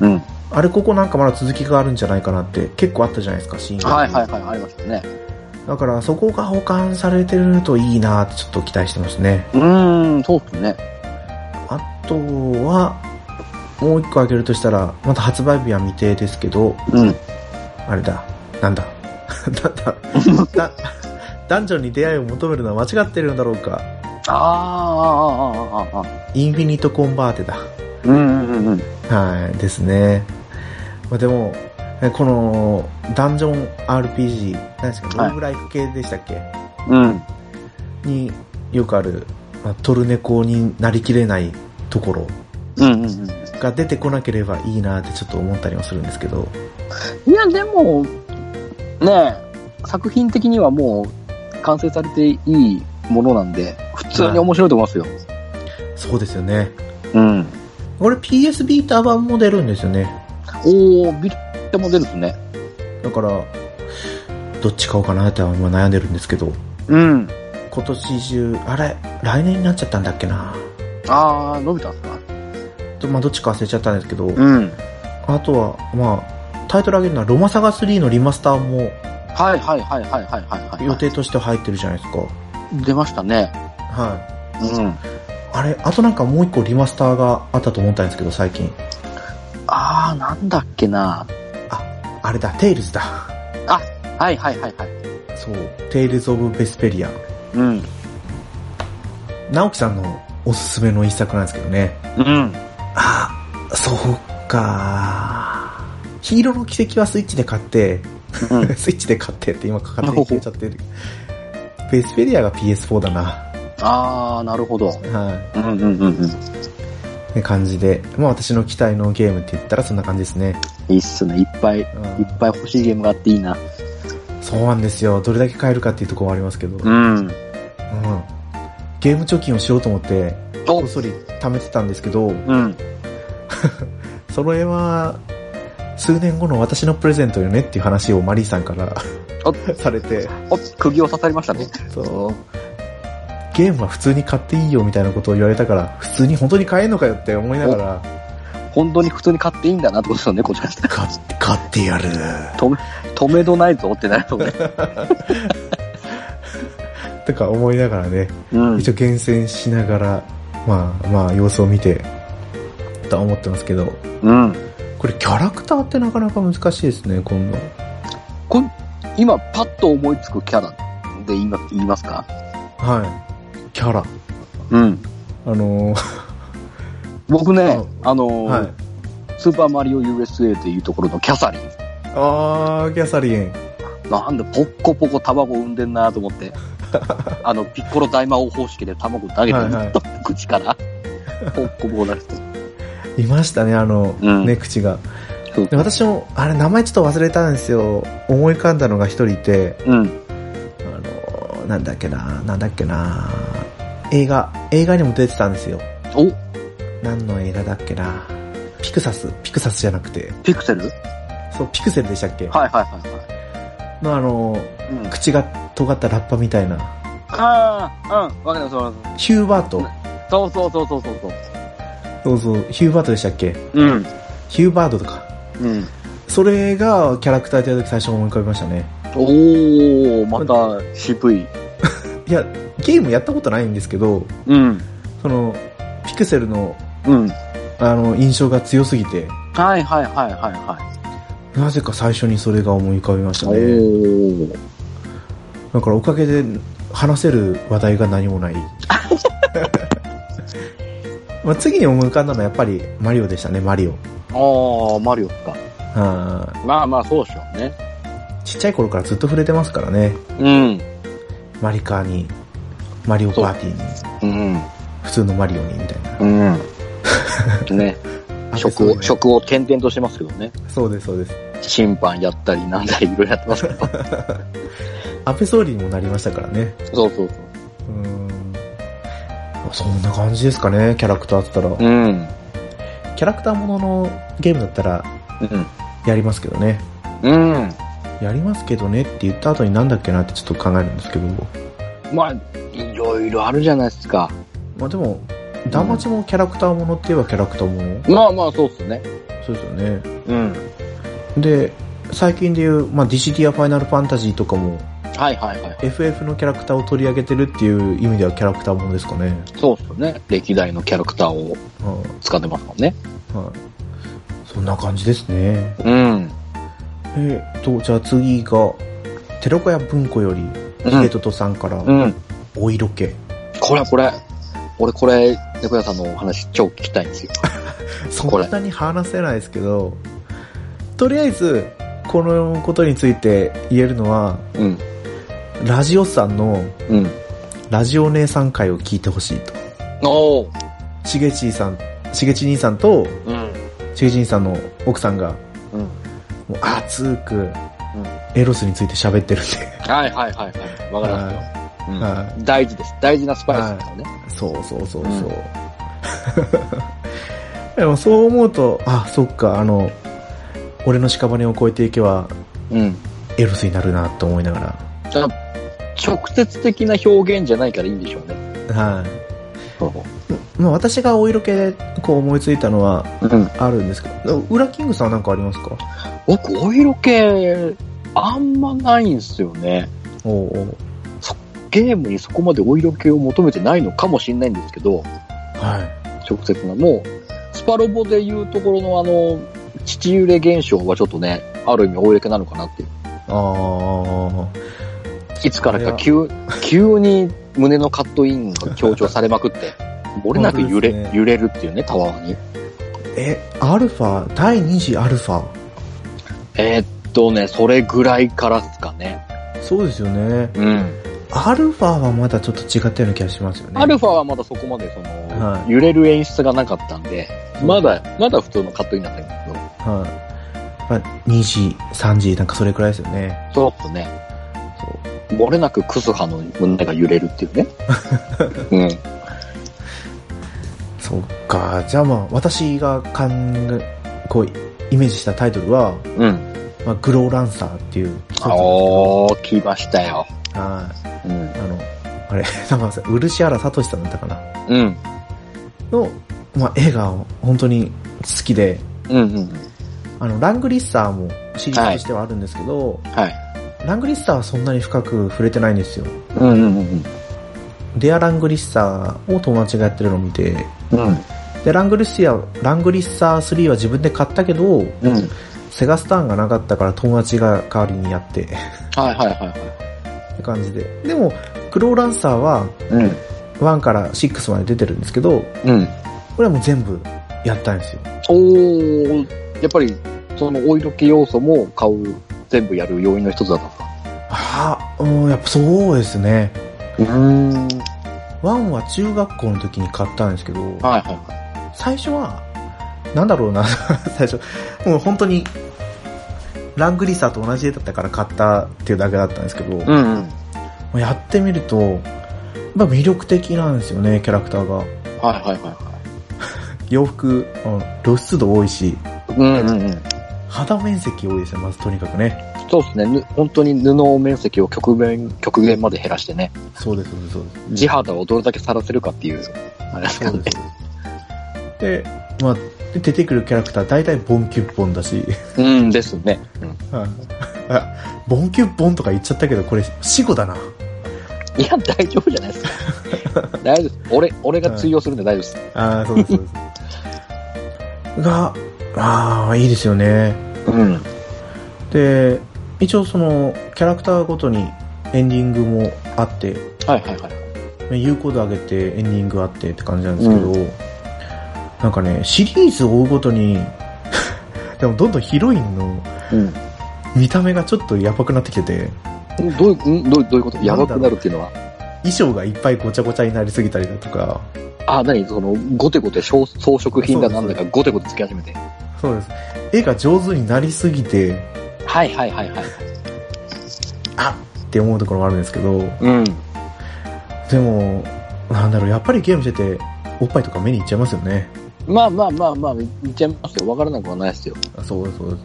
C: うん。
B: あれここなんかまだ続きがあるんじゃないかなって結構あったじゃないですか、シーンが。
C: はいはいはい、ありましたね。
B: だからそこが保管されてるといいなってちょっと期待してますね。
C: うーん、そうですね。
B: あとは、もう一個挙げるとしたら、まだ発売日は未定ですけど、
C: うん。
B: あれだ、なんだ、 [laughs] なんだ、だ男女に出会いを求めるのは間違ってるんだろうか。
C: あーあー、あーあー、あーあ
B: インフィニット・コンバーテだ。
C: ー。うんうんうんうん。
B: はい、ですね。まあ、でも、えこの、ダンジョン RPG、何ですか、
C: は
B: ロ
C: い
B: ーグライフ系でしたっけ
C: うん。
B: によくある、まあトルネコになりきれないところ
C: うんうんうん。
B: が出てこなければいいなってちょっと思ったりもするんですけど、
C: いや、でも、ねえ作品的にはもう完成されていいものなんで、普通に面白いと思いますよ。
B: そうですよね。
C: うん。
B: これ PS ビーター版も出るんですよね。
C: おー、ビッタも出るっすね。
B: だから、どっち買おうかなって今悩んでるんですけど、
C: うん。
B: 今年中、あれ、来年になっちゃったんだっけな。
C: あー、伸びたんすか
B: とまあ、どっちか忘れちゃったんですけど、
C: うん。
B: あとは、まあ、タイトル上げるのはロマサガ3のリマスターも
C: はいはいはいはいはいはい、はい。
B: 予定として入ってるじゃないですか。
C: 出ましたね。
B: はい。
C: うん。
B: あれ、あとなんかもう一個リマスターがあったと思ったんですけど、最近。
C: あー、なんだっけな。
B: あれだ、テイルズだ。
C: はいはいはいはい。
B: そう、テイルズ・オブ・ベスペリアン。
C: うん。
B: 直樹さんのおすすめの一作なんですけどね。
C: うん。
B: あ、そうか。ヒーローの奇跡はスイッチで買って、 [laughs]
C: うん [laughs]
B: スイッチで買ってって今かかってきちゃってる。ベスペリアが PS4 だな。
C: あー、なるほど。
B: は
C: うんうんうんう
B: い。
C: ん。
B: って感じで。まあ私の期待のゲームって言ったらそんな感じですね。
C: いいっすね。いっぱい、いっ
B: うん
C: ぱい欲しいゲームがあっていいな。
B: そうなんですよ。どれだけ買えるかっていうところはありますけど。うん
C: ん。
B: ゲーム貯金をしようと思って、こ
C: お
B: っそり貯めてたんですけど、
C: うん。
B: それは、数年後の私のプレゼントよねっていう話をマリーさんから
C: お
B: [laughs] されて、
C: お、釘を刺されましたね。
B: そう。ゲームは普通に買っていいよみたいなことを言われたから、普通に本当に買えんのかよって思いながら、
C: 本当に普通に買っていいんだなってことですよね、こっちからしたら。
B: 買って、買ってやる。
C: 止めどないぞってなると
B: [laughs]
C: ね。
B: とか思いながらね、
C: うん
B: 一。応厳選しながら、まあまあ様子を見て、とは思ってますけど、
C: うん。
B: これキャラクターってなかなか難しいですね、今度。
C: こ今、パッと思いつくキャラで言いま言いますか
B: はい。キャラ。
C: うん。
B: あの
C: 僕ね、あのー
B: ー、はい。
C: スーパーマリオ USA でいうところのキャサリン。
B: あー、キャサリン。
C: なんでポッコポコ卵産んでんなと思 [laughs] って。あの、ピッコロ大魔王方式で卵投げて
B: はいはい
C: 口から、ポッコポコ出して。
B: いましたね、あの、
C: うん
B: ね、口が
C: そう。
B: で私も、あれ、名前ちょっと忘れたんですよ。思い浮かんだのが一人いて、
C: うん。
B: あの、なんだっけな、なんだっけな、映画、映画にも出てたんですよ。
C: お
B: 何の映画だっけな。ピクサス、ピクサスじゃなくて、
C: ピクセル
B: そう、ピクセルでしたっけ
C: はいはいはいは
B: のあの、
C: い。うん。
B: 口が尖ったラッパみたいな、
C: ああ、うん。わかりますわかりま
B: ヒューバート。
C: す。そうそうそうそうそうそう。
B: そうそう、ヒューバートでしたっけ
C: うん。
B: ヒューバードとか。
C: うん。
B: それがキャラクターでやった時最初思い浮かびましたね。
C: おー、また渋い。
B: いや、ゲームやったことないんですけど、
C: うん。
B: その、ピクセルの、
C: うん。
B: あの、印象が強すぎて、
C: はいはいはいはいはい。
B: なぜか最初にそれが思い浮かびました
C: お
B: ね。
C: ー。
B: だからおかげで話せる話題が何も
C: [laughs]
B: ない。まあ次に思い浮かんだのはやっぱりマリオでしたね、マリオ。
C: あー、マリオか。
B: あー
C: まあまあ、そうでしょうね。
B: ちっちゃい頃からずっと触れてますからね。
C: うん。
B: マリカーに、マリオパーティーに、
C: うん。
B: 普通のマリオにみたいな。
C: うん。 [laughs] ね。職を、職を転々としてますけどね。
B: そうです、そうです。
C: 審判やったり、なんだり、いろいろやってます
B: [laughs]
C: けど。
B: アペソーリーにもなりましたからね。
C: そうそう
B: うーんそんな感じですかね、キャラクターって言った
C: そう。
B: ら。
C: ん。
B: キャラクターもののゲームだったらやりますけどね。
C: うん。うん。
B: やりますけどねって言った後になんだっけなってちょっと考えるんですけど。
C: まあ、いろいろあるじゃないですか。
B: まあでも、ダマチもキャラクターものって言えばキャラクターもの。
C: まあまあ、そうっすね。
B: そうですよね。
C: うん。
B: で、最近で言う、まあ、ディシティア・ファイナル・ファンタジーとかも、
C: はいはいはい。
B: FF のキャラクターを取り上げてるっていう意味ではキャラクターものですかね。
C: そうっすね。歴代のキャラクターを
B: は
C: 使ってますもんね。
B: いはい。そんな感じですね。
C: うん。
B: えーっと、じゃあ次が、寺子屋文庫より、
C: う
B: ヒゲ
C: ん。
B: トトさんから、
C: うん。
B: お色気。
C: これこれ。俺これ、猫屋さんのお話超聞きたいんですよ。
B: そんなに話せないですけど、とりあえず、このことについて言えるのは、
C: うん。
B: ラジオさんの、
C: うん。
B: ラジオ姉さん会を聞いてほしいと。
C: おー。
B: しげちいさん、しげち兄さんと、
C: うん。
B: 主人さんの奥さんが、
C: うん。
B: もう熱く、エロスについて喋ってるんで。
C: はいはいはいはい。わかりますよ。うん
B: は
C: 大事です。大事なスパイスですよ
B: そ
C: ね。
B: うそうそうそう。 [laughs] でもそう思うと、あ、そっか、あの、俺の屍を越えていけば、
C: うん。
B: エロスになるなと思いながら。
C: ただ、直接的な表現じゃないからいいんでしょうね。
B: はい。
C: そう。
B: まあ私がお色気でこう思いついたのは
C: うん。
B: あるんですけど、ウラキングさんは何かありますか
C: 僕、お色気、あんまないんすよね。
B: おうおう
C: ゲームにそこまでお色気を求めてないのかもしれないんですけど、
B: はい。
C: 直接な。もう、スパロボでいうところのあの、父揺れ現象はちょっとね、ある意味お色気なのかなっていう。
B: ああ。
C: いつからか急、急に胸のカットインが強調されまくって、漏れなく揺れ、
B: 本当ですね
C: 揺れるっていうね、タワーに。
B: え、アルファ、第2次アルファ。
C: えーっとね、それぐらいからですかね。
B: そうですよね。
C: うん。
B: アルファはまだちょっと違ったような気がしますよね。
C: アルファはまだそこまでその、
B: はい
C: 揺れる演出がなかったんで、
B: そう
C: まだ、まだ普通のカットインだったんですけど、
B: はい。まあ、2時、3時、なんかそれくらいですよね。
C: ちょっとね、
B: そう。
C: 漏れなくクスハの胸が揺れるって [laughs] いうね。うん。
B: そっか。じゃあまあ、私が考え、こう、イメージしたタイトルは、
C: うん。
B: まあ、グローランサーっていう。
C: おー、来ましたよ。
B: はい。
C: うん。
B: あの、あれ、 [laughs] なんかさ、漆原聡さんだったかな
C: うん。
B: の、まあ、映画を本当に好きで、
C: うんうん。
B: あの、ラングリッサーもシリーズとしてはあるんですけど、
C: はい。
B: ラングリッサーはそんなに深く触れてないんですよ。
C: うんうんうん
B: デアラングリッサーを友達がやってるのを見て、
C: うん。うん。
B: で、ラングリッサー、ラングリッサー3は自分で買ったけど、
C: うん。はい
B: セガスターンがなかったから友達が代わりにやって、っ
C: はいはいは
B: て感じで。でも、クローランサーは
C: いう
B: 1から6まで出てるんですけど、
C: ん。うん。
B: これはもう全部やったんですよ。
C: おー、やっぱり、そのお色気要素も買う、全部やる要因の一つだったんですか
B: ああ、うん、やっぱそうですね。
C: うーん。
B: 1は中学校の時に買ったんですけど、
C: はいは
B: 最初は、なんだろうな、 [laughs] 最初。もう本当に、ラングリッサーと同じ絵だったから買ったっていうだけだったんですけど、
C: い。うんうん。
B: やってみると、やっぱ魅力的なんですよね、キャラクターが。
C: はいはいは
B: 洋服、あの露出度多いし、
C: い。うんうんうん。
B: 肌面積多いですよ、まずとにかくね。
C: そうですね。ぬ本当に布面積を極限、極限まで減らしてね、
B: そうです、そうです、そうです。
C: 地肌をどれだけさらせるかっていう、あれですか
B: そう
C: ね
B: で。す。で、まあ、で出てくるキャラクター、大体ボンキュッボンだし、 [laughs]
C: うんですね。うん
B: あボンキュッボンとか言っちゃったけど、これ死語だな。
C: いや、大丈夫じゃ [laughs] ないですか。大丈夫です。俺、俺が通用するんで大丈夫です。
B: ああ、そうです、そうです。が、ああ、いいですよね。
C: うん。
B: で、一応その、キャラクターごとにエンディングもあって、
C: はいはいはい。
B: 有効度上げてエンディングあってって感じなんですけど、なんかね、シリーズを追うごとに、 [laughs] でもどんどんヒロインの
C: うん。
B: 見た目がちょっとやばくなってきてて、
C: どういう、んどうどういうこと
B: なんだろ
C: や
B: う
C: ばくなるっていうのは
B: 衣装がいっぱいごちゃごちゃになりすぎたりだとか、
C: あ、何その、ごてごて装装飾品だなんだかごてごてつき始めて。
B: そうです。絵が上手になりすぎて、
C: はいはいはいはい。
B: あっって思うところもあるんですけど、
C: うん。
B: でも、なんだろう、やっぱりゲームしてて、おっぱいとか目にいっちゃいますよね。
C: まあまあまあまあ、言っちゃいますよ。わからなくはないですよ。
B: あそうですそうです。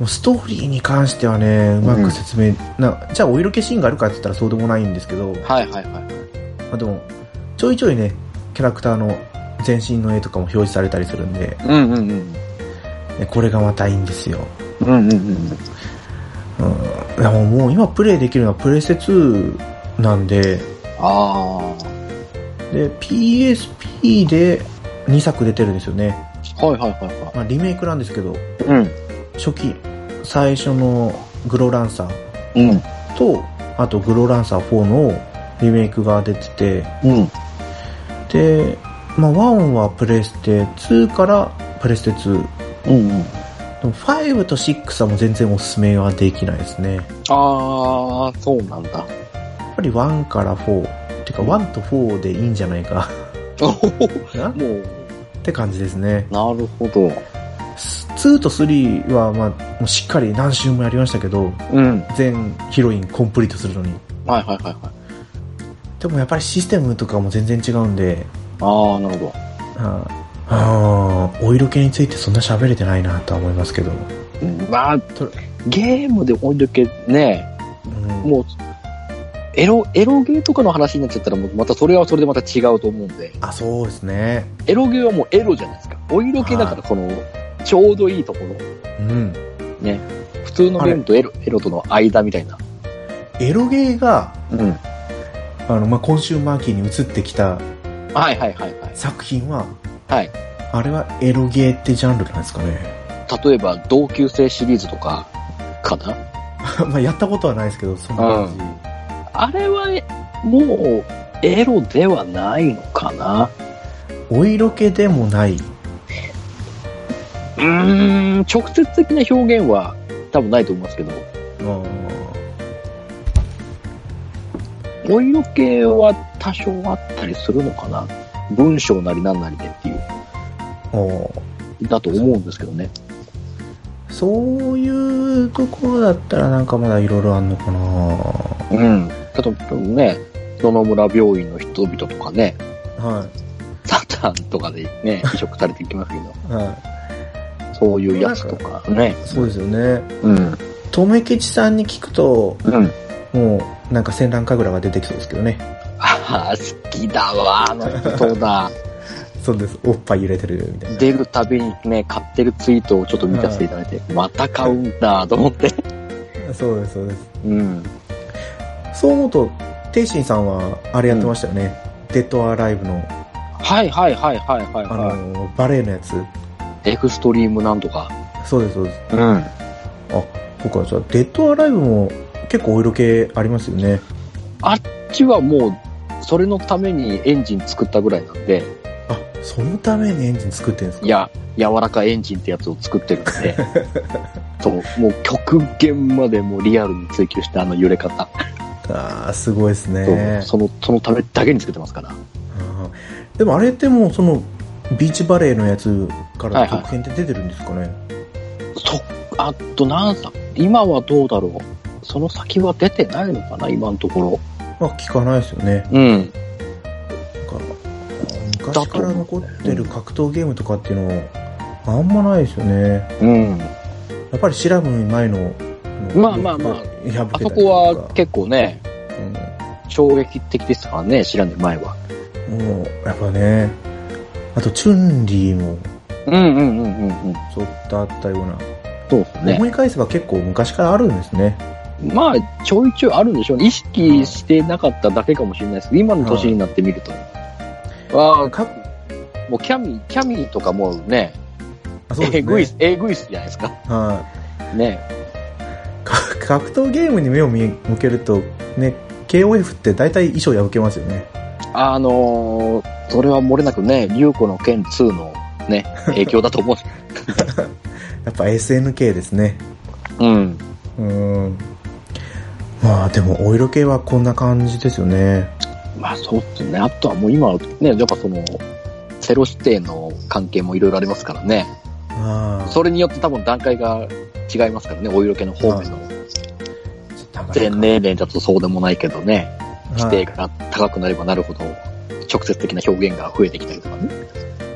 B: もうストーリーに関してはね、うまく説明、な、じゃあお色気シーンがあるかって言ったらそうでもないんですけど、
C: はいはいはい。
B: まあ、でも、ちょいちょいね、キャラクターの全身の絵とかも表示されたりするんで、
C: うんうんうん。
B: ねこれがまたいいんですよ。
C: うんうんう
B: う
C: ん。
B: ん。でももう今プレイできるのはプレステ2なんで、
C: あ
B: で、PSP で2作出てるんですよね。
C: あ。はいはいはいは
B: まあリメイクなんですけど、
C: い。うん。
B: 初期、最初のグロランサー
C: うん。
B: と、あとグロランサー4のリメイクが出てて、
C: うん。
B: で、まあ1はプレステ2からプレステ2。
C: うんうん。
B: でも5と6はもう全然おすすめはできないですね。や
C: ああ、そうなんだ。
B: っぱり1から4。てか1と4でいいんじゃないか
C: おほほ
B: [laughs] なっ
C: もう、
B: て感じですね。
C: なるほど。
B: 2と3は、まあ、もうしっかり何周もやりましたけど、
C: うん。
B: 全ヒロインコンプリートするのに。
C: はいはいはいはい。
B: でもやっぱりシステムとかも全然違うんで、
C: ああ、なるほど。
B: あーあー、お色気についてそんな喋れてないなとは思いますけど。
C: うん、まあ
B: と、
C: ゲームで追い抜けね、
B: うん
C: もう、エロ、エロゲーとかの話になっちゃったら、もうまたそれはそれでまた違うと思うんで、
B: あ、そうですね。
C: エロゲーはもうエロじゃないですか。お色気だから、この、ちょうどいいところ。
B: うん。
C: 普通のゲームとエロ、エロとの間みたいな。
B: エロゲーが、
C: うん。
B: あの、まあ、コンシューマーキーに移ってきた
C: はいはいはいはい。
B: 作品は、
C: はい。
B: あれはエロゲーってジャンルなんですかね。 [laughs]
C: 例えば、同級生シリーズとか、かな
B: まあ、やったことはないですけど、そんな感じ。
C: あれは、えもう、エロではないのかな
B: お色気でもない。
C: うーん、直接的な表現は多分ないと思いますけど、お色気は多少あったりするのかな文章なりなんなりでっていう、
B: おー
C: だと思うんですけどね。
B: そういうところだったらなんかまだいろいろあんのかな
C: うん。例えばね、野々村病院の人々とかね、
B: は
C: サタンとかでね、移植されていきますけど、
B: い。はい。
C: そういうやつとかね。
B: そうですよね。
C: うん。
B: とめきちさんに聞くと、
C: うん。
B: もう、なんか戦乱神楽が出てきそうですけどね。
C: ああ、好きだわ、あの人 [laughs] だ。
B: そうです。おっぱい揺れてるみたいな。
C: 出るたびにね、買ってるツイートをちょっと見させていただいて、また買うんだと思って。
B: そうです、そうです。
C: うん。
B: そう思うと、天心さんは、あれやってましたよね。デッドアライブの、
C: はいはいはいはいはい、
B: あ
C: は
B: の、バレエのやつ。
C: い。エクストリームなんとか。
B: そうです、そうです。
C: うん。
B: あ、僕はじゃあ、デッドアライブも結構お色気ありますよね。
C: うちはもう、それのためにエンジン作ったぐらいなんで、
B: あ、そのためにエンジン作ってるんですか
C: いや、柔らかエンジンってやつを作ってるん [laughs] で、そう、もう極限までもうリアルに追求してあの揺れ方、
B: あーすごいです
C: そう
B: ね。
C: その、そのためだけに作ってますから。
B: あーでもあれってもうそのビーチバレーのやつか
C: は
B: ら
C: いはい
B: 続編って出てるんですかね、
C: そ、あと何作、今はどうだろう。その先は出てないのかな、今のところ。
B: まあ聞かないですよね。
C: うん。
B: なんか
C: だ
B: 昔
C: と
B: から残ってる格闘ゲームとかっていうのあんまないですよね。
C: うん。
B: やっぱり調べる前の。
C: まあまあまあ
B: 破
C: あ
B: けたりと
C: そ
B: か
C: こは結構ね、
B: うん
C: 衝撃的でしたからね、知らない前は。
B: もう、やっぱね、あと、チュンリーも、
C: うんうんうんうんうん。
B: ちょっとあったような。
C: そうですね
B: 思。い返せば結構昔からあるんですね。
C: まあ、ちょいちょいあるんでしょうね。意識してなかっただけかもしれないですけど、今の年になってみると。あ
B: か
C: あ、もうキャミ、キャミとかもうね、
B: あそうですね
C: えぐいっす、えぐいっすじゃないですか。
B: はい
C: ね。
B: か格闘ゲームに目を見向けると、ね、KOF って大体衣装破けますよね。
C: あのーそれは漏れなくね、竜子の剣2の [laughs] ね、影響だと思うんです。
B: やっぱ SNK ですね。
C: うん。
B: うーん。まあでも、お色系はこんな感じですよね。
C: まあそうっすね。あとはもう今、ね、やっぱその、セロ指定の関係もいろいろありますからね。
B: ああ。
C: それによって多分段階が違いますからね、お色気の方面の。全年齢だとそうでもないけどね、
B: は
C: 規
B: い
C: 定が高くなればなるほど、直接的な表現が増えてきたりとかね。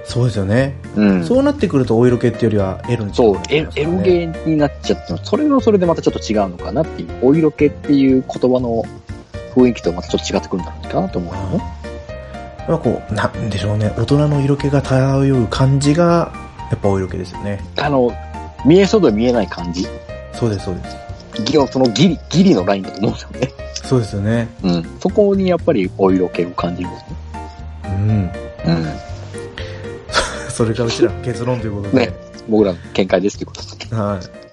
B: そうですよね。
C: うん。
B: そうなってくると、お色系っていうよりはエロに
C: そう、
B: 近くなり
C: エ
B: ます
C: エ
B: よ
C: ロ
B: ね
C: ゲーになっちゃっても、それはそれでまたちょっと違うのかなっていう、お色気っていう言葉の雰囲気とまたちょっと違ってくるんじゃないかなと思うよね。
B: まあこう、なんでしょうね。大人の色気が漂う感じが、やっぱお色気ですよね。
C: あの、見えそうで見えない感じ。
B: そうです、そうです。
C: ギリそのギリ、ギリのラインだと思うんですよね。
B: そうですよね。
C: うん。そこにやっぱりお色気を感じるんですね。
B: うん。 [laughs]
C: うん。
B: それがうちらの結論ということで。
C: ね僕らの見解ですということです。
B: はい。